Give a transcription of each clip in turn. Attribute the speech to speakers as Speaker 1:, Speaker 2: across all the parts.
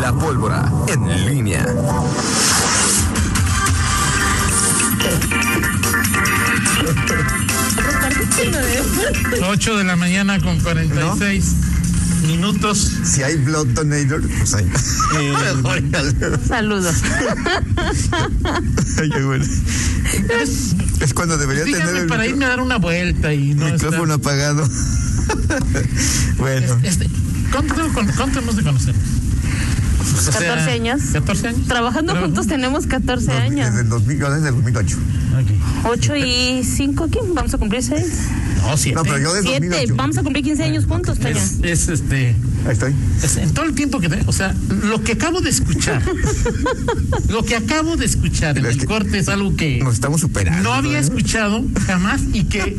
Speaker 1: La pólvora en línea.
Speaker 2: ¿eh? 8 de la mañana con 46 minutos.
Speaker 3: Si hay Blood Donator, pues hay.
Speaker 4: Saludos.
Speaker 3: Ay, qué bueno. Es cuando debería
Speaker 2: Díganme
Speaker 3: tener el,
Speaker 2: para
Speaker 3: micro-
Speaker 2: irme a dar una vuelta y no estar-
Speaker 3: Este micrófono apagado. bueno,
Speaker 2: Este, ¿Cuánto, con- cuánto hemos de conocer?
Speaker 4: 14 años.
Speaker 2: 14 años.
Speaker 4: Trabajando
Speaker 2: Traba-
Speaker 4: juntos tenemos 14
Speaker 2: Este
Speaker 4: años.
Speaker 3: desde el 2000, yo desde el 2008.
Speaker 2: Ok.
Speaker 4: 8 y 5, ¿qué? Vamos a cumplir 6.
Speaker 2: No, siete.
Speaker 3: No, pero yo desde
Speaker 4: 7.
Speaker 3: 2008.
Speaker 4: Vamos a cumplir 15 años juntos, Toño.
Speaker 2: es, es, este.
Speaker 3: Ahí estoy.
Speaker 2: es en todo el tiempo que. te- O sea, lo que acabo de escuchar. lo que acabo de escuchar en
Speaker 3: Es
Speaker 2: el
Speaker 3: que-
Speaker 2: corte es algo que
Speaker 3: Nos estamos superando.
Speaker 2: no había
Speaker 3: ¿eh?
Speaker 2: escuchado jamás y que.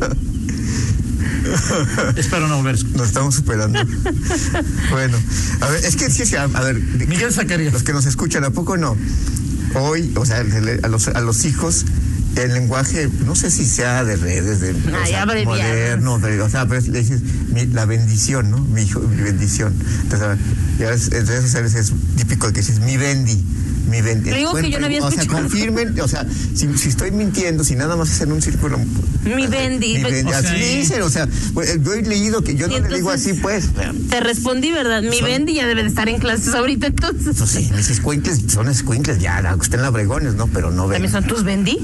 Speaker 2: Espero no volver a escuchar.
Speaker 3: Nos estamos superando. bueno, a ver, es que sí, sí, a, a ver, de-
Speaker 2: Miguel Zacarías.
Speaker 3: los que nos escuchan, ¿a poco no? Hoy, o sea, el- el- a los, a los hijos, el lenguaje, no sé si sea de redes, de o
Speaker 4: Ay,
Speaker 3: sea,
Speaker 4: abreviado.
Speaker 3: moderno, de- o sea, pero le dices mi- la bendición, ¿no? Mi hijo, mi bendición. Entonces, ya ves, en redes sociales es típico que dices mi bendi. Mi bendi.
Speaker 4: Le digo que yo no había
Speaker 3: o sea,
Speaker 4: escuchado.
Speaker 3: confirmen, o sea, si, si estoy mintiendo, si nada más es en un círculo.
Speaker 4: Mi bendi.
Speaker 3: Mi bendi,
Speaker 2: pues, O sea,
Speaker 3: así
Speaker 2: y-
Speaker 3: dicen, o sea, pues, yo he leído que yo
Speaker 4: Y
Speaker 3: no le digo
Speaker 4: entonces-
Speaker 3: así, pues.
Speaker 4: Te respondí, ¿verdad? Mi Bendy ya debe de estar en clases ahorita, entonces.
Speaker 3: Pues sí, mis escuincles son escuincles, ya, aunque estén labregones, ¿no? Pero no ven.
Speaker 4: ¿También son tus Bendy?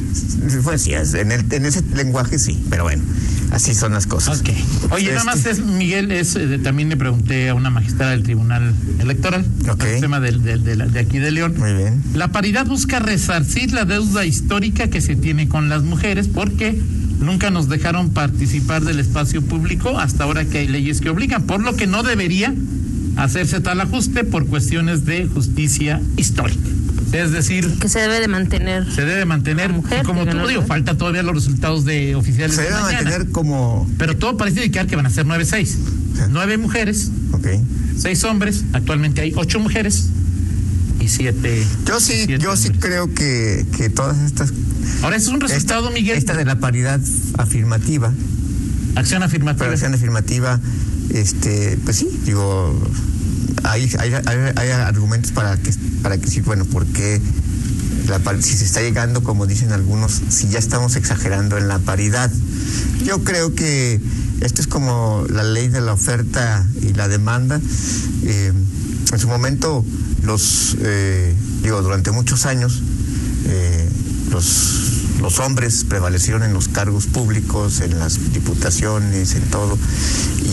Speaker 3: Pues sí, es- en, el- en ese lenguaje sí, pero bueno, así son las cosas.
Speaker 2: Ok. Oye, nada más
Speaker 3: Este,
Speaker 2: es, Miguel, es, eh, también le pregunté a una magistrada del Tribunal Electoral,
Speaker 3: Ok.
Speaker 2: el tema del- del- de, la- de aquí de León.
Speaker 3: Muy bien.
Speaker 2: La paridad busca resarcir la deuda histórica que se tiene con las mujeres porque nunca nos dejaron participar del espacio público hasta ahora que hay leyes que obligan, por lo que no debería hacerse tal ajuste por cuestiones de justicia histórica. Es decir,
Speaker 4: Que se debe de mantener.
Speaker 2: se debe mantener,
Speaker 4: La mujer
Speaker 2: y como
Speaker 4: que
Speaker 2: tú
Speaker 4: ganó,
Speaker 2: digo,
Speaker 4: ¿verdad?
Speaker 2: falta todavía los resultados de oficiales
Speaker 3: Se
Speaker 2: de
Speaker 3: debe
Speaker 2: mañana.
Speaker 3: mantener como.
Speaker 2: Pero todo parece indicar que van a ser nueve seis. Nueve mujeres,
Speaker 3: Ok.
Speaker 2: seis hombres. Actualmente hay ocho mujeres y siete.
Speaker 3: Yo sí,
Speaker 2: siete
Speaker 3: yo sí
Speaker 2: hombres.
Speaker 3: creo que, que todas estas.
Speaker 2: Ahora, eso es un resultado,
Speaker 3: esta,
Speaker 2: Miguel.
Speaker 3: Esta de la paridad afirmativa,
Speaker 2: acción afirmativa.
Speaker 3: pero la acción afirmativa, este, pues sí, digo, hay, hay, hay, hay argumentos para que para que sí, bueno, ¿por qué? La, par- si se está llegando, como dicen algunos, si ya estamos exagerando en la paridad. Yo creo que esto es como la ley de la oferta y la demanda. Eh, en su momento, los, eh, digo, durante muchos años, eh, los, los hombres prevalecieron en los cargos públicos, en las diputaciones, en todo.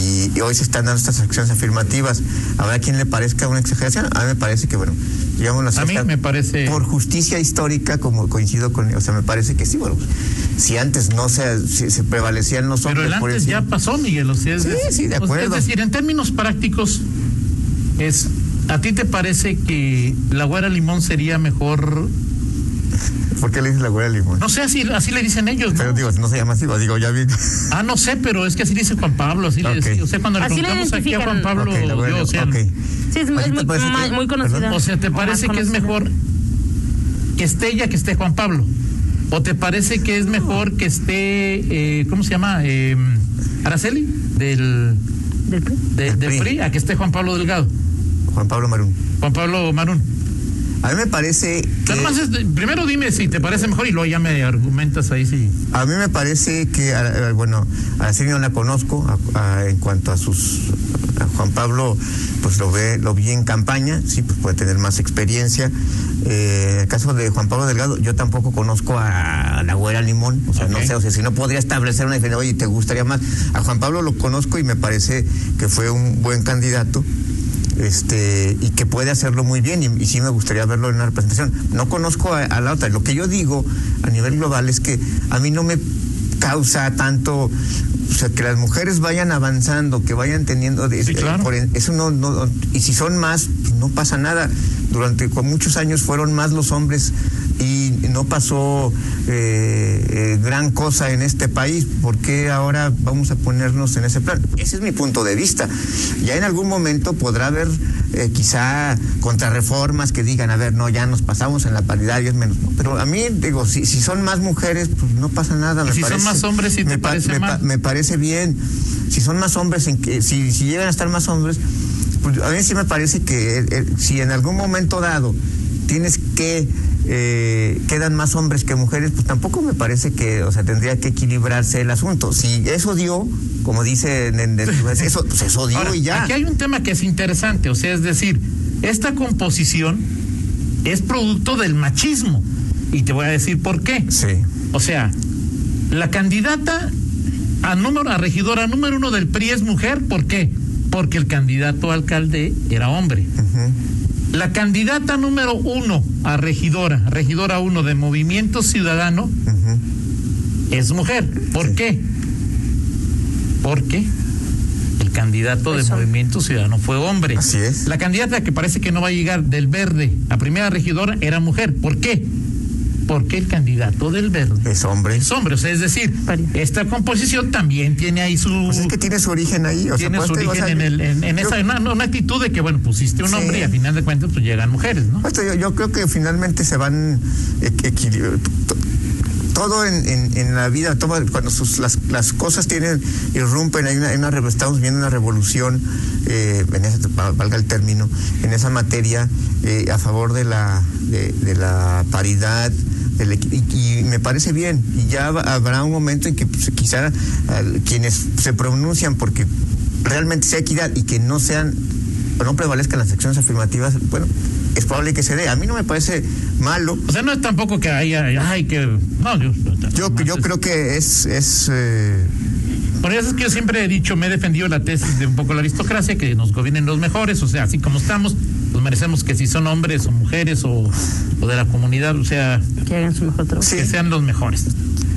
Speaker 3: Y, y hoy se están dando estas acciones afirmativas. Habrá quien le parezca una exageración. A mí me parece que, bueno, digamos las
Speaker 2: A mí
Speaker 3: estas-
Speaker 2: me parece-
Speaker 3: Por justicia histórica, como coincido con. O sea, me parece que sí, bueno, si antes no se, si se prevalecían los
Speaker 2: Pero
Speaker 3: hombres
Speaker 2: el
Speaker 3: por
Speaker 2: antes ya
Speaker 3: encima-
Speaker 2: pasó, Miguel. O sea, es,
Speaker 3: Sí, sí, de
Speaker 2: o sea,
Speaker 3: acuerdo.
Speaker 2: es decir, en términos prácticos, es. ¿A ti te parece que la güera limón sería mejor?
Speaker 3: ¿Por qué le dices la güera limón?
Speaker 2: No sé, así, así le dicen ellos. ¿no?
Speaker 3: Pero digo, no se llama así, digo, ya vi.
Speaker 2: Ah, no sé, pero es que así dice Juan Pablo. Así le
Speaker 3: Ok.
Speaker 2: decía. O sea, cuando le
Speaker 4: Así le
Speaker 2: preguntamos aquí a Juan
Speaker 4: identifican.
Speaker 2: Pablo,
Speaker 3: Ok, la güera
Speaker 2: yo, o sea,
Speaker 3: limón, ok.
Speaker 4: Sí, es, muy-
Speaker 3: ¿A ti
Speaker 4: es
Speaker 3: te
Speaker 4: muy,
Speaker 3: parece
Speaker 4: ma-
Speaker 3: que-
Speaker 4: muy conocida.
Speaker 3: perdón?
Speaker 2: O sea, ¿te
Speaker 4: O más
Speaker 2: parece que es
Speaker 4: conocida.
Speaker 2: mejor que esté ella que esté Juan Pablo? ¿O te parece que es mejor que esté, eh, ¿cómo se llama? Eh, Araceli, del,
Speaker 4: ¿Del PRI?
Speaker 2: de-
Speaker 3: Del
Speaker 2: del
Speaker 3: PRI.
Speaker 2: PRI, a que esté Juan Pablo Delgado,
Speaker 3: Juan Pablo Marún.
Speaker 2: Juan Pablo Marún.
Speaker 3: A mí me parece. Que,
Speaker 2: Nada más es de- primero dime si te parece mejor y luego ya me argumentas ahí si...
Speaker 3: A mí me parece que, a- a- bueno, a la serie no la conozco a- a- en cuanto a sus. a Juan Pablo, pues lo ve, lo vi en campaña, sí, pues puede tener más experiencia. Eh, en el caso de Juan Pablo Delgado, yo tampoco conozco a la güera Limón, o sea,
Speaker 2: Ok.
Speaker 3: no sé, o sea, si no podría establecer una diferencia, oye, ¿te gustaría más? A Juan Pablo lo conozco y me parece que fue un buen candidato. Este, y que puede hacerlo muy bien, y, y sí me gustaría verlo en una representación. No conozco a, a la otra. Lo que yo digo a nivel global es que a mí no me causa tanto o sea, que las mujeres vayan avanzando, que vayan teniendo de- eh,
Speaker 2: Sí, claro.
Speaker 3: por en- eso no, no y si son más pues, no pasa nada. Durante con muchos años fueron más los hombres y no pasó eh, eh, gran cosa en este país. ¿Por qué ahora vamos a ponernos en ese plan? Ese es mi punto de vista. Ya en algún momento podrá haber eh, quizá contrarreformas que digan, a ver, no, ya nos pasamos en la paridad y es menos. No, Pero a mí, digo, si, si son más mujeres, pues no pasa nada.
Speaker 2: Y si son más hombres, sí te
Speaker 3: me pa-
Speaker 2: parece
Speaker 3: me pa-
Speaker 2: mal.
Speaker 3: me parece bien. Si son más hombres, en que, si, si llegan a estar más hombres, pues, a mí sí me parece que eh, eh, si en algún momento dado tienes que eh, quedan más hombres que mujeres, pues tampoco me parece que, o sea, tendría que equilibrarse el asunto. Si eso dio, como dice en, en- en- eso, pues eso dio
Speaker 2: Ahora,
Speaker 3: y ya.
Speaker 2: Aquí hay un tema que es interesante, o sea, es decir, esta composición es producto del machismo. Y te voy a decir por qué.
Speaker 3: Sí.
Speaker 2: O sea, la candidata a número, a regidora número uno del PRI es mujer, ¿por qué? Porque el candidato a alcalde era hombre.
Speaker 3: Ujú.
Speaker 2: La candidata número uno a regidora, regidora uno de Movimiento Ciudadano,
Speaker 3: Ujú.
Speaker 2: es mujer. ¿Por qué? Porque el candidato de
Speaker 4: Pues, hombre.
Speaker 2: Movimiento Ciudadano fue hombre.
Speaker 3: Así es.
Speaker 2: La candidata que parece que no va a llegar del verde a primera regidora era mujer. ¿Por qué? Porque el candidato del verde
Speaker 3: Es hombre.
Speaker 2: es hombre. O sea, es decir,
Speaker 4: Varía.
Speaker 2: esta composición también tiene ahí su...
Speaker 3: Pues es que tiene su origen ahí. O sea,
Speaker 2: Uh. tiene
Speaker 3: pues
Speaker 2: su
Speaker 3: te- o
Speaker 2: origen
Speaker 3: sea,
Speaker 2: en, el- en- en
Speaker 3: yo-
Speaker 2: esa, en una, una actitud de que, bueno, pusiste un
Speaker 3: Sí.
Speaker 2: hombre y a final de cuentas pues llegan mujeres, ¿no?
Speaker 3: Pues, yo, yo creo que finalmente se van equ- equili- to- Todo en, en- en la vida, todo- cuando sus- las, las cosas tienen, irrumpen, hay una, hay una revo- estamos viendo una revolución, eh, en ese- va- valga el término, en esa materia, eh, a favor de la, de, de la paridad, del equi- y, y me parece bien. Y ya va- habrá un momento en que pues, quizá al- quienes se pronuncian porque realmente sea equidad y que no sean o no prevalezcan las acciones afirmativas, bueno, es probable que se dé. A mí no me parece malo.
Speaker 2: O sea, no es tampoco que haya, ay, que... No, yo,
Speaker 3: Yo, yo creo que es... es eh,
Speaker 2: Por eso es que yo siempre he dicho, me he defendido la tesis de un poco la aristocracia, que nos gobiernen los mejores, o sea, así como estamos, nos merecemos que si son hombres o mujeres o, o de la comunidad, o sea,
Speaker 4: Que hagan su mejor trabajo.
Speaker 3: Sí.
Speaker 2: que sean los mejores.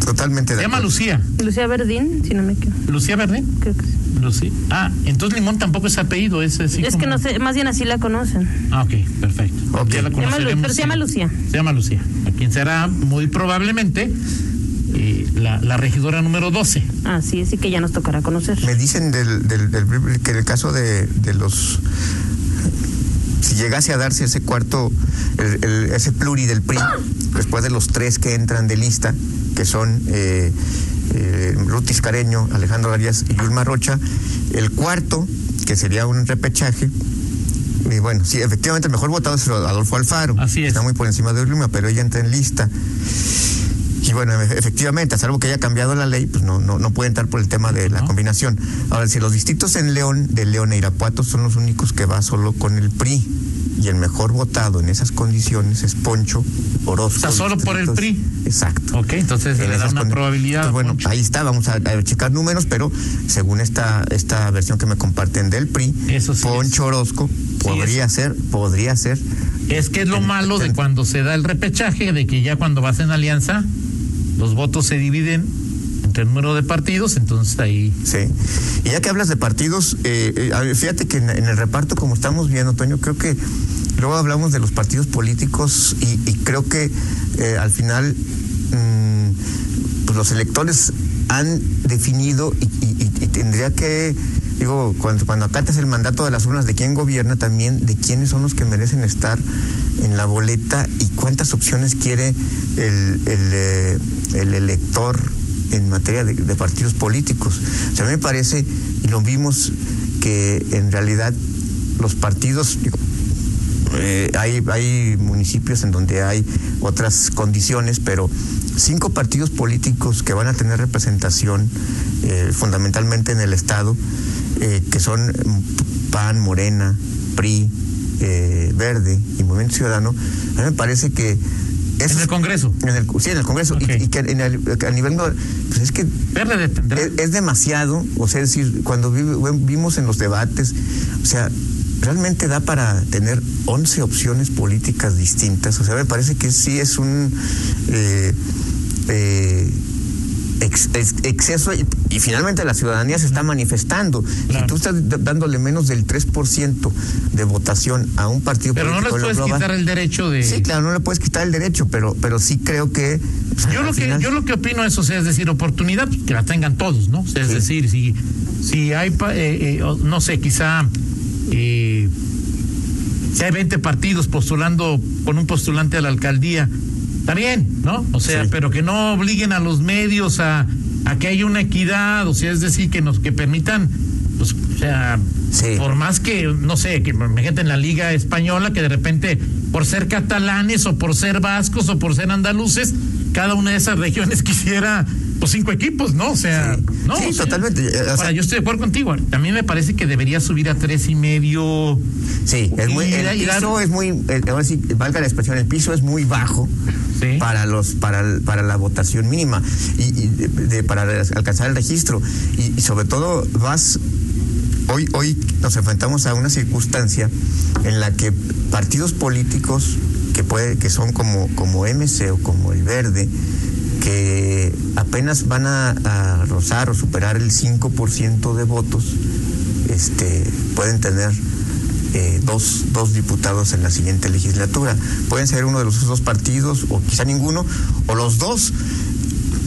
Speaker 3: totalmente
Speaker 2: Se
Speaker 3: de
Speaker 2: llama
Speaker 3: acuerdo.
Speaker 2: Lucía.
Speaker 4: Lucía Verdín, si no me equivoco.
Speaker 2: ¿Lucía Verde?
Speaker 4: Creo que sí.
Speaker 2: Lucía. Ah, entonces Limón tampoco es apellido, es así
Speaker 4: es que
Speaker 2: como-
Speaker 4: no sé, más bien así la conocen.
Speaker 2: Ah, ok, perfecto.
Speaker 3: Ok.
Speaker 2: Ya la
Speaker 4: Se llama Lu-
Speaker 2: conoceremos.
Speaker 4: pero se llama Lucía.
Speaker 2: Se llama Lucía, a quien será muy probablemente eh, la, la regidora número 12.
Speaker 4: Así es, y Ah, que ya nos tocará conocer.
Speaker 3: Me dicen del, del- del- que en el caso de, de los... Si llegase a darse ese cuarto, el- el- ese pluri del PRI, después de los tres que entran de lista, que son eh, eh, Rutis Careño, Alejandro Arias y Yulma Rocha, el cuarto, que sería un repechaje, Y bueno, sí, efectivamente el mejor votado es Adolfo Alfaro.
Speaker 2: Así es.
Speaker 3: Está muy por encima de Ulma, pero ella entra en lista. Y bueno, e- efectivamente, a salvo que haya cambiado la ley, pues no, no, no puede entrar por el tema de la
Speaker 2: No.
Speaker 3: combinación. Ahora, si los distritos en León, de León e Irapuato, son los únicos que va solo con el PRI. Y el mejor votado en esas condiciones es Poncho Orozco.
Speaker 2: O sea, solo por el
Speaker 3: Distritos- Exacto.
Speaker 2: Ok, entonces
Speaker 3: En
Speaker 2: le da
Speaker 3: esas
Speaker 2: una
Speaker 3: condi-
Speaker 2: probabilidad.
Speaker 3: Entonces, bueno,
Speaker 2: Poncho.
Speaker 3: ahí está, vamos a, a checar números, pero según esta, esta versión que me comparten del Pri,
Speaker 2: Eso sí
Speaker 3: Poncho Orozco podría ser, podría ser.
Speaker 2: Es que es lo malo de cuando se da el repechaje, de que ya cuando vas en alianza, los votos se dividen entre el número de partidos, entonces ahí.
Speaker 3: Sí. Y ya que hablas de partidos, eh, eh, a ver, fíjate que en, en el reparto, como estamos viendo, Toño, creo que luego hablamos de los partidos políticos y, y creo que eh, al final mm, pues los electores han definido y, y- y- y tendría que, digo, cuando, cuando acatas el mandato de las urnas de quién gobierna, también de quiénes son los que merecen estar en la boleta y cuántas opciones quiere el, el, eh, el elector en materia de, de partidos políticos. O sea, a mí me parece, y lo vimos, que en realidad los partidos, digo, eh, hay, hay municipios en donde hay otras condiciones, pero cinco partidos políticos que van a tener representación eh, fundamentalmente en el Estado, eh, que son mm, PAN, Morena, PRI, eh, Verde y Movimiento Ciudadano, a mí me parece que...
Speaker 2: En
Speaker 3: esos-
Speaker 2: el Congreso.
Speaker 3: en el, sí, en el Congreso. y-
Speaker 2: Ok.
Speaker 3: Y, que en el- a nivel. no- Pues es que es,
Speaker 2: Verde detendrá.
Speaker 3: es demasiado. O sea, es decir, cuando vi- vimos en los debates, o sea, realmente da para tener 11 opciones políticas distintas. O sea, me parece que sí es un. eh, eh, ex- ex- exceso y, y finalmente la ciudadanía se está manifestando.
Speaker 2: Claro.
Speaker 3: Si tú estás d- dándole menos del 3% de votación a un partido
Speaker 2: Pero no les
Speaker 3: político, lo
Speaker 2: puedes
Speaker 3: global-
Speaker 2: quitar el derecho de.
Speaker 3: Sí, claro, no le puedes quitar el derecho, pero, pero sí creo que. pues,
Speaker 2: Yo
Speaker 3: al
Speaker 2: lo que
Speaker 3: final-
Speaker 2: yo lo que opino es, o sea, es decir, oportunidad pues, que la tengan todos, ¿no? O sea, es
Speaker 3: Sí.
Speaker 2: decir, si si hay pa- eh, eh, o- no sé, quizá eh, si hay 20 partidos postulando con un postulante a la alcaldía, está bien, ¿no? O sea,
Speaker 3: Sí.
Speaker 2: pero que no obliguen a los medios a, a que haya una equidad, o sea, es decir, que nos que permitan pues, o sea,
Speaker 3: Sí.
Speaker 2: Por más que, no sé, que gente en la Liga Española, que de repente, por ser catalanes o por ser vascos o por ser andaluces, cada una de esas regiones quisiera pues cinco equipos, ¿no? O sea,
Speaker 3: Sí.
Speaker 2: no.
Speaker 3: Sí,
Speaker 2: o sea,
Speaker 3: totalmente. Eh, o
Speaker 2: Ahora,
Speaker 3: sea-
Speaker 2: yo estoy de acuerdo contigo. También me parece que debería subir a tres y medio.
Speaker 3: Sí, es muy,
Speaker 2: Y
Speaker 3: el
Speaker 2: da- y da-
Speaker 3: piso es muy, el- ahora sí, valga la expresión, el piso es muy bajo
Speaker 2: Sí.
Speaker 3: para los, para, el- para la votación mínima y, y de- de- para alcanzar el registro y, y sobre todo vas hoy, hoy nos enfrentamos a una circunstancia en la que partidos políticos que puede, que son como, como MC o como el Verde que apenas van a, a rozar o superar el 5% de votos, este, pueden tener eh, dos, dos diputados en la siguiente legislatura. Pueden ser uno de los dos partidos, o quizá ninguno, o los dos.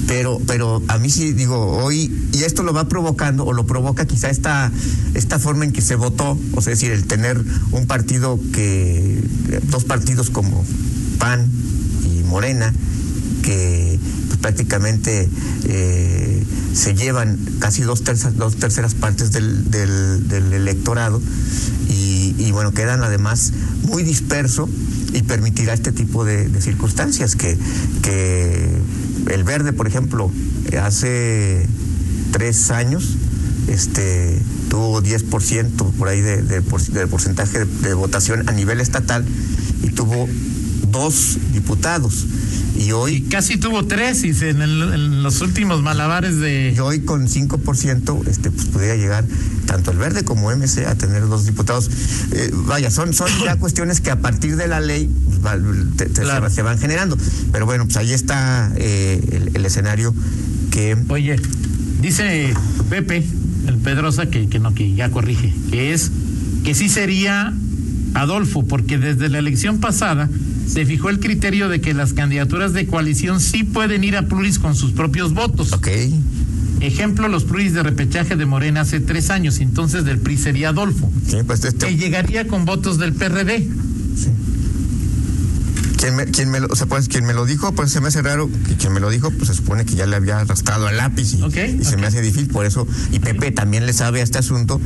Speaker 3: Pero, pero a mí sí digo, hoy, y esto lo va provocando, o lo provoca quizá esta, esta forma en que se votó, o sea, es decir, el tener un partido que, dos partidos como PAN y Morena, que pues, prácticamente eh, se llevan casi dos terceras, dos terceras partes del, del- del electorado y, y, bueno, quedan además muy disperso y permitirá este tipo de, de circunstancias que, que el verde, por ejemplo, eh, hace tres años este tuvo 10% por ahí de, de por- de porcentaje de, de votación a nivel estatal y tuvo dos diputados y hoy
Speaker 2: Y casi tuvo tres y se- en, el- en los últimos malabares de.
Speaker 3: Y hoy con 5% este, pues, pudiera llegar tanto el verde como MC a tener dos diputados. Eh, vaya, son, son ya cuestiones que a partir de la ley pues, va- te- te- se
Speaker 2: Claro.
Speaker 3: va- se, van generando. Pero bueno, pues ahí está eh, el, el escenario que...
Speaker 2: Oye, dice Pepe, el Pedrosa, que, que no, que ya corrige, que es que sí sería Adolfo, porque desde la elección pasada se fijó el criterio de que las candidaturas de coalición sí pueden ir a pluris con sus propios votos.
Speaker 3: Ok,
Speaker 2: Ejemplo, los pluris de repechaje de Morena hace tres años, entonces del PRI sería Adolfo,
Speaker 3: sí, pues
Speaker 2: que
Speaker 3: este...
Speaker 2: llegaría con votos del PRD.
Speaker 3: sí. Quien me, quien me lo, o sea, pues, quien me lo dijo, pues se me hace raro que quien me lo dijo, pues se supone que ya le había arrastrado al lápiz y,
Speaker 2: Ok,
Speaker 3: y se
Speaker 2: ok.
Speaker 3: me hace difícil, por eso, y Pepe también le sabe a este asunto.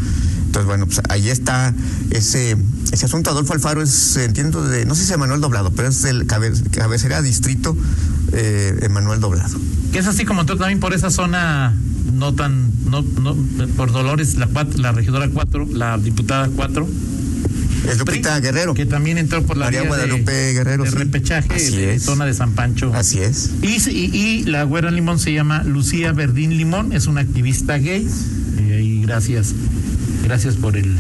Speaker 3: Entonces, bueno, pues ahí está ese, ese asunto. Adolfo Alfaro es, eh, entiendo, de, no sé si es Emanuel Doblado, pero es el cabe- cabecera distrito eh, Emanuel Doblado.
Speaker 2: Que es así como tú también por esa zona no tan, no, no, por Dolores, la, cuat- la regidora 4, la diputada 4.
Speaker 3: Es Lupita Guerrero.
Speaker 2: Que también entró por la
Speaker 3: María
Speaker 2: vía
Speaker 3: Guadalupe
Speaker 2: de,
Speaker 3: Guerrero,
Speaker 2: de
Speaker 3: sí.
Speaker 2: repechaje
Speaker 3: Así
Speaker 2: de
Speaker 3: es.
Speaker 2: zona de San Pancho.
Speaker 3: Así es.
Speaker 2: Y, se- y, y la güera limón se llama Lucía Verdín Limón, es una activista gay. Eh, y gracias, gracias por el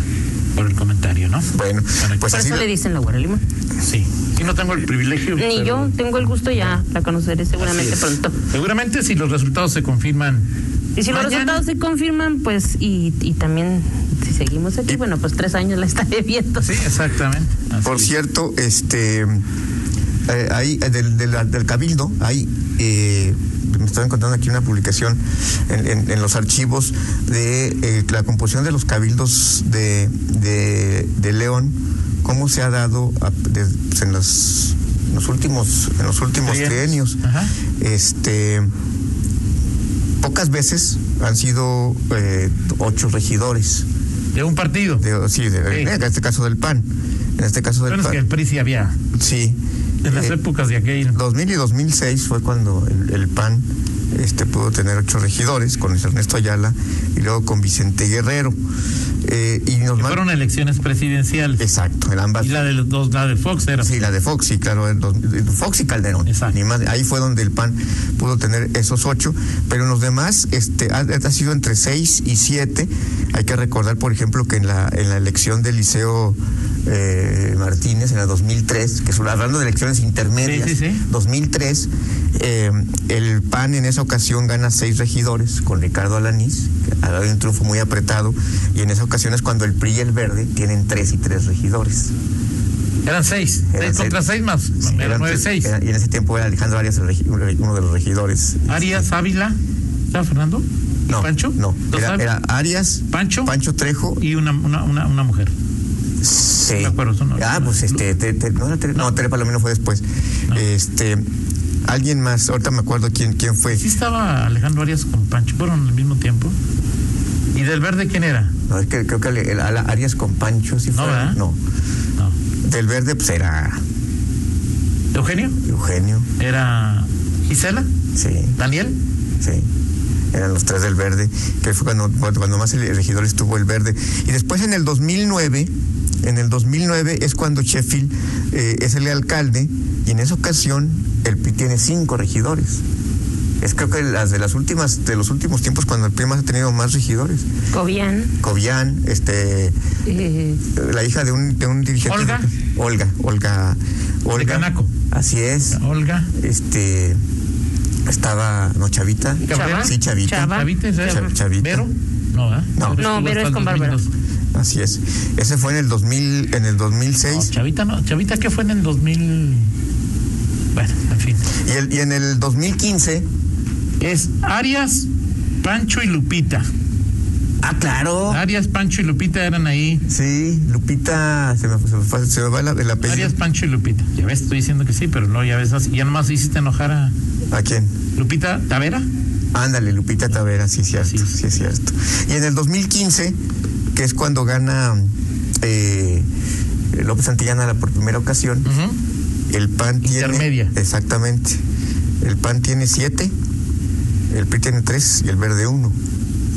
Speaker 2: por el comentario, ¿no?
Speaker 3: Bueno,
Speaker 2: Para que-
Speaker 3: pues
Speaker 4: Por
Speaker 3: así
Speaker 4: eso le dicen la güera limón.
Speaker 2: sí. Sí, no tengo el privilegio.
Speaker 4: Ni
Speaker 2: pero-
Speaker 4: yo tengo el gusto, ya la conoceré seguramente
Speaker 2: Así es.
Speaker 4: pronto.
Speaker 2: Seguramente si los resultados se confirman.
Speaker 4: Y si los
Speaker 2: mañana-
Speaker 4: resultados se confirman, pues, y, y también si seguimos aquí, bueno, pues tres años la estaré viendo.
Speaker 2: Sí, exactamente. Así
Speaker 3: Por
Speaker 2: es.
Speaker 3: cierto, este eh, ahí, eh, del, del- del Cabildo, hay eh, me estoy encontrando aquí una publicación en, en- en los archivos de eh, la composición de los cabildos de, de- de León, cómo se ha dado a- de- pues, en los, en los últimos, en los últimos
Speaker 2: Trienios.
Speaker 3: trienios.
Speaker 2: Ajá.
Speaker 3: Este pocas veces han sido eh, ocho regidores.
Speaker 2: De un partido.
Speaker 3: De- sí, de-
Speaker 2: Sí.
Speaker 3: en este caso del PAN. En este caso del
Speaker 2: Bueno, es que el
Speaker 3: PAN.
Speaker 2: PRI sí había.
Speaker 3: Sí.
Speaker 2: En las
Speaker 3: Eh,
Speaker 2: épocas de aquel.
Speaker 3: 2000 y 2006 fue cuando el, el PAN este, pudo tener ocho regidores con Luis Ernesto Ayala y luego con Vicente Guerrero. Eh, y nos
Speaker 2: que
Speaker 3: man-
Speaker 2: fueron elecciones presidenciales.
Speaker 3: Exacto, en ambas.
Speaker 2: Y la de los dos, la de Fox era.
Speaker 3: Sí, la de Foxy, claro, en dos- en Foxy Calderón.
Speaker 2: Exacto.
Speaker 3: Ni más, ahí fue donde el PAN pudo tener esos ocho, pero en los demás este, ha, ha sido entre seis y siete. Hay que recordar, por ejemplo, que en la, en la elección del Liceo eh, Martínez, en la 2003, que es una- hablando de elecciones intermedias,
Speaker 2: Sí, sí, sí.
Speaker 3: 2003, eh, el PAN en esa ocasión gana seis regidores con Ricardo Alanís, que ha dado un triunfo muy apretado, y en esa ocasión es cuando el PRI y el Verde tienen tres y tres regidores.
Speaker 2: Eran seis.
Speaker 3: Eran
Speaker 2: seis
Speaker 3: seis.
Speaker 2: contra seis más.
Speaker 3: Sí,
Speaker 2: eran nueve,
Speaker 3: antes-
Speaker 2: seis.
Speaker 3: era- y en ese tiempo era Alejandro Arias el regi- un- uno de los regidores.
Speaker 2: Arias, Ávila. ¿Estaba Fernando? ¿Y
Speaker 3: No,
Speaker 2: ¿Pancho?
Speaker 3: No,
Speaker 2: ¿Dos
Speaker 3: era,
Speaker 2: Ávila?
Speaker 3: era Arias,
Speaker 2: Pancho.
Speaker 3: Pancho Trejo.
Speaker 2: Y una, una, una, una mujer.
Speaker 3: Sí.
Speaker 2: me acuerdo su nombre.
Speaker 3: Ah, pues este, te- te- no era Tere, no, Tere Palomino fue después. Este, alguien más, ahorita me acuerdo quién, quién fue.
Speaker 2: Sí estaba Alejandro Arias con Pancho. Fueron al mismo tiempo. Y ¿Y del verde quién era?
Speaker 3: No, es que creo que el, el Ala Arias con Pancho, si
Speaker 2: No,
Speaker 3: fuera.
Speaker 2: ¿verdad?
Speaker 3: No.
Speaker 2: No.
Speaker 3: Del verde, pues era
Speaker 2: ¿Eugenio?
Speaker 3: Eugenio.
Speaker 2: ¿Era Gisela?
Speaker 3: Sí,
Speaker 2: ¿Daniel?
Speaker 3: sí. Eran los tres del verde, que fue cuando, cuando cuando más el regidor estuvo el verde. Y después en el 2009, en el 2009 es cuando Sheffield eh, es el alcalde, y en esa ocasión el PRI tiene cinco regidores. Es creo que las de las últimas, de los últimos tiempos cuando el PRI más ha tenido más regidores.
Speaker 4: Cobian.
Speaker 3: Cobian, este,
Speaker 4: eh,
Speaker 3: la hija de un, de un dirigente.
Speaker 2: Olga.
Speaker 3: Olga, Olga, Olga.
Speaker 2: Canaco.
Speaker 3: Así es.
Speaker 2: Olga.
Speaker 3: Este estaba no Chavita.
Speaker 2: Cabrera.
Speaker 4: Chava.
Speaker 3: Sí, Chavita.
Speaker 4: Chava.
Speaker 2: ¿Chavita? ¿Es esa?
Speaker 3: Chav- Chavita.
Speaker 2: ¿Vero? No, ¿verdad?
Speaker 3: No.
Speaker 4: No,
Speaker 2: estuvo
Speaker 4: Vero
Speaker 2: hasta
Speaker 4: es
Speaker 2: el
Speaker 4: con Bárbara.
Speaker 2: 2002.
Speaker 3: Así es. Ese fue en el 2000 en el
Speaker 2: No,
Speaker 3: 2006
Speaker 2: Chavita no. Chavita, ¿qué fue en el 2000? Bueno, en fin.
Speaker 3: y, el- y en el 2015.
Speaker 2: Es Arias, Pancho y Lupita.
Speaker 3: Ah, claro.
Speaker 2: Arias, Pancho y Lupita eran ahí.
Speaker 3: Sí, Lupita se me, se me fue- se me va la- el apellido.
Speaker 2: Arias, Pancho y Lupita. Pues Ya ves, estoy diciendo que sí, pero no, ya ves, así- ya nomás hiciste enojar a
Speaker 3: ¿A quién?
Speaker 2: Lupita Tavera.
Speaker 3: Ándale, Lupita Tavera, sí, cierto,
Speaker 2: Así
Speaker 3: sí,
Speaker 2: es.
Speaker 3: es cierto. Y en el 2015, que es cuando gana eh, López Santillana por primera ocasión,
Speaker 2: Ujú.
Speaker 3: El PAN tiene.
Speaker 2: Intermedia.
Speaker 3: Exactamente. El PAN tiene siete, el PRI tiene tres y el verde uno.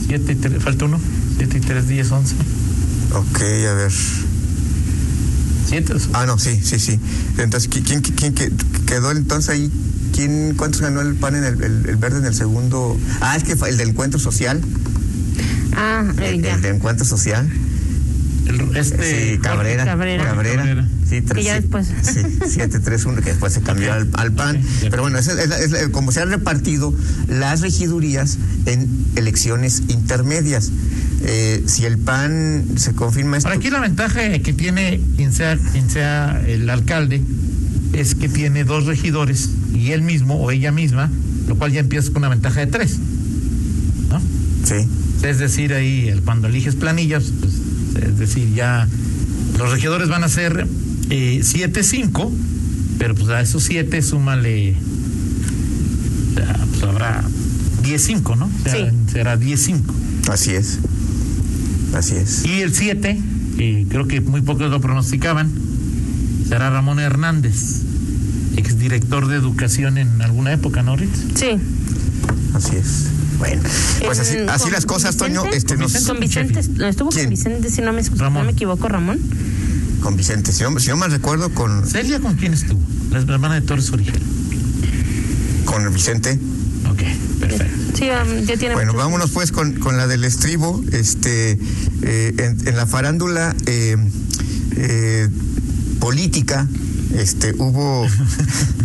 Speaker 2: Siete y tres, falta uno. Siete y tres, diez, once.
Speaker 3: Ok, a ver.
Speaker 2: Siete.
Speaker 3: Ah, no, sí, sí, sí. Entonces, ¿qui- ¿quién, qui- quién, que- quedó entonces ahí? ¿Quién, ¿Cuántos ganó el PAN en el, el- el verde en el segundo? Ah, es que fue el del encuentro social.
Speaker 4: ah, eh,
Speaker 3: El,
Speaker 4: ya.
Speaker 3: el del encuentro social.
Speaker 2: El- este,
Speaker 3: Sí, Cabrera.
Speaker 4: Cabrera.
Speaker 2: Cabrera.
Speaker 3: Sí, tres,
Speaker 4: Que ya
Speaker 3: sí,
Speaker 4: después.
Speaker 3: Sí, 7-3-1, que después se cambió al, al PAN.
Speaker 2: Ok, ya.
Speaker 3: Pero bueno, es, es- es- como se han repartido las regidurías en elecciones intermedias. Eh, si el PAN se confirma esto.
Speaker 2: Ahora aquí la ventaja que tiene quien sea, quien sea el alcalde es que tiene dos regidores y él mismo o ella misma, lo cual ya empieza con una ventaja de tres. ¿no?
Speaker 3: Sí,
Speaker 2: Es decir, ahí el- cuando eliges planillas, pues, es decir, ya los regidores van a ser 7-5, pero pues a esos 7 súmale, o sea, pues habrá 10-5, ¿no? O sea,
Speaker 4: Sí.
Speaker 2: Será 10-5.
Speaker 3: así es. Así es.
Speaker 2: Y el 7, que creo que muy pocos lo pronosticaban, será Ramón Hernández, exdirector de educación en alguna época, ¿no, Ritz?
Speaker 4: Sí.
Speaker 3: Así es. Bueno, pues así,
Speaker 4: En-
Speaker 3: así
Speaker 4: Eh, con
Speaker 3: las cosas,
Speaker 4: Vicente.
Speaker 3: Toño. Este, nos-
Speaker 4: Con Vicente, no, estuvo
Speaker 3: ¿Quién?
Speaker 4: con Vicente, si no me, si no
Speaker 2: Ramón.
Speaker 4: me equivoco, Ramón.
Speaker 3: con Vicente. Si no, si no mal recuerdo, con,
Speaker 2: ¿Celia con quién estuvo? La hermana de Torres Origen.
Speaker 3: con Vicente.
Speaker 2: Ok, perfecto.
Speaker 4: Sí, um, ya tiene.
Speaker 3: Bueno,
Speaker 4: muchos-
Speaker 3: vámonos pues con, con la del estribo. Este, eh, en, en la farándula eh, eh, política, este, hubo,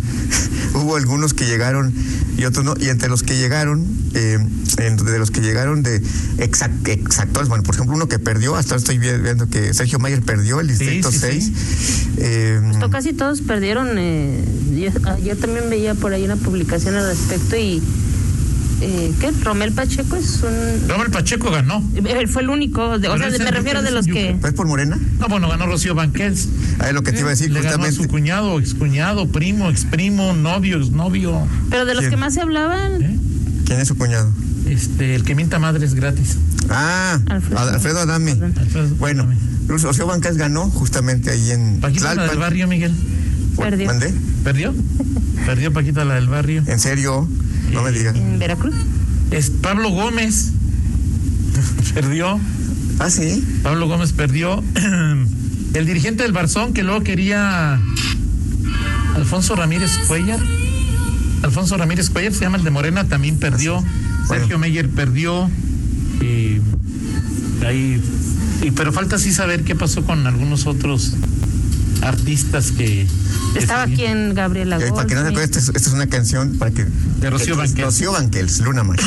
Speaker 3: hubo algunos que llegaron y otros no. Y entre los que llegaron, eh, entre los que llegaron de exact, exactores, bueno, por ejemplo, uno que perdió, hasta ahora estoy vi- viendo que Sergio Mayer perdió el
Speaker 2: Sí,
Speaker 3: distrito
Speaker 2: sí,
Speaker 3: 6.
Speaker 2: sí.
Speaker 3: Eh,
Speaker 4: Pero casi todos perdieron. eh, yo, ayer también veía por ahí una publicación al respecto y. Eh, ¿Qué? Romel Pacheco es un.
Speaker 2: Robert Pacheco ganó.
Speaker 4: Él fue el único, de- o
Speaker 2: Pero
Speaker 4: sea,
Speaker 2: ese no
Speaker 4: me refiero
Speaker 2: es
Speaker 4: de
Speaker 2: un
Speaker 4: los que.
Speaker 2: yuca.
Speaker 3: ¿Fue por Morena?
Speaker 2: No, bueno, ganó Rocío Banquels.
Speaker 3: Ah, es lo que te iba a decir,
Speaker 2: Le ganó a
Speaker 3: justamente.
Speaker 2: su cuñado, excuñado, primo, exprimo, novio, exnovio.
Speaker 4: Pero de los
Speaker 3: ¿Quién?
Speaker 4: que más se hablaban,
Speaker 2: ¿eh?
Speaker 3: ¿Quién es su cuñado?
Speaker 2: Este, el que mienta madre es gratis.
Speaker 3: Ah,
Speaker 4: Alfredo.
Speaker 3: Alfredo Adame.
Speaker 2: Alfredo
Speaker 3: Bueno,
Speaker 2: Adame.
Speaker 3: Luz Ocio Bancas ganó justamente ahí en
Speaker 2: Paquita la del
Speaker 3: Tlalpan.
Speaker 2: barrio, Miguel.
Speaker 3: Bueno,
Speaker 4: Perdió.
Speaker 3: ¿Mandé?
Speaker 2: ¿Perdió? Perdió Paquita la del barrio.
Speaker 3: ¿En serio? No me
Speaker 2: Eh,
Speaker 3: digas.
Speaker 4: en Veracruz.
Speaker 2: Es Pablo Gómez. perdió.
Speaker 3: Ah, sí.
Speaker 2: Pablo Gómez perdió. el dirigente del Barzón, que luego quería. Alfonso Ramírez Cuellar. Alfonso Ramírez Cuellar se llama el de Morena, también perdió.
Speaker 3: Así es. Bueno.
Speaker 2: Sergio Meyer perdió. Y ahí. y- pero falta sí saber qué pasó con algunos otros artistas que. que
Speaker 4: Estaba
Speaker 2: se-
Speaker 4: aquí en Gabriela
Speaker 3: Eh, para que no se acuerde,
Speaker 4: Goldsmith.
Speaker 3: esta es, esta es una canción para que.
Speaker 2: De Rocío Banquels.
Speaker 3: Rocío Banquels, Luna Mar.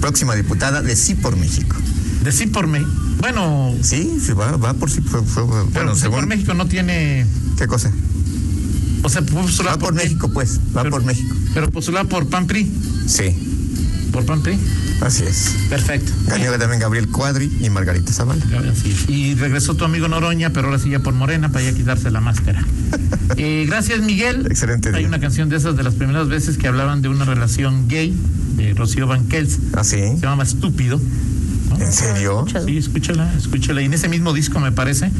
Speaker 3: Próxima diputada de Sí por México.
Speaker 2: De sí por mí. Bueno,
Speaker 3: Sí, sí, va, va por sí. Fue, fue- bueno,
Speaker 2: pero sí
Speaker 3: según.
Speaker 2: por México no tiene.
Speaker 3: ¿Qué cosa?
Speaker 2: O sea, postula
Speaker 3: Va por México, pues. Va
Speaker 2: pero-
Speaker 3: por México.
Speaker 2: Pero postula por PAMPRI.
Speaker 3: Sí,
Speaker 2: Por PAMPRI.
Speaker 3: así es.
Speaker 2: Perfecto.
Speaker 3: Ganó también Gabriel Cuadri y Margarita Zavala.
Speaker 2: Así es. Y regresó tu amigo Noroña, pero ahora sí ya por Morena para ya quitarse la máscara. Eh, gracias, Miguel.
Speaker 3: Excelente
Speaker 2: Hay
Speaker 3: día.
Speaker 2: una canción de esas de las primeras veces que hablaban de una relación gay de Rocío Banquels.
Speaker 3: Así.
Speaker 2: Se llama Estúpido. ¿no?
Speaker 3: Ah, ¿En serio?
Speaker 4: Escuchado.
Speaker 2: Sí, escúchala, escúchala. Y en ese mismo disco, me parece,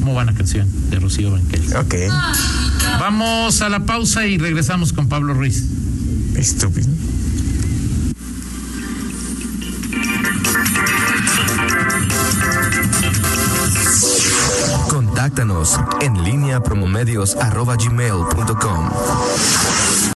Speaker 2: muy buena canción de Rocío Banquelli.
Speaker 3: Ok.
Speaker 2: Vamos a la pausa y regresamos con Pablo Ruiz.
Speaker 3: Estúpido.
Speaker 1: Contáctanos en línea promomedios arroba gmail punto com.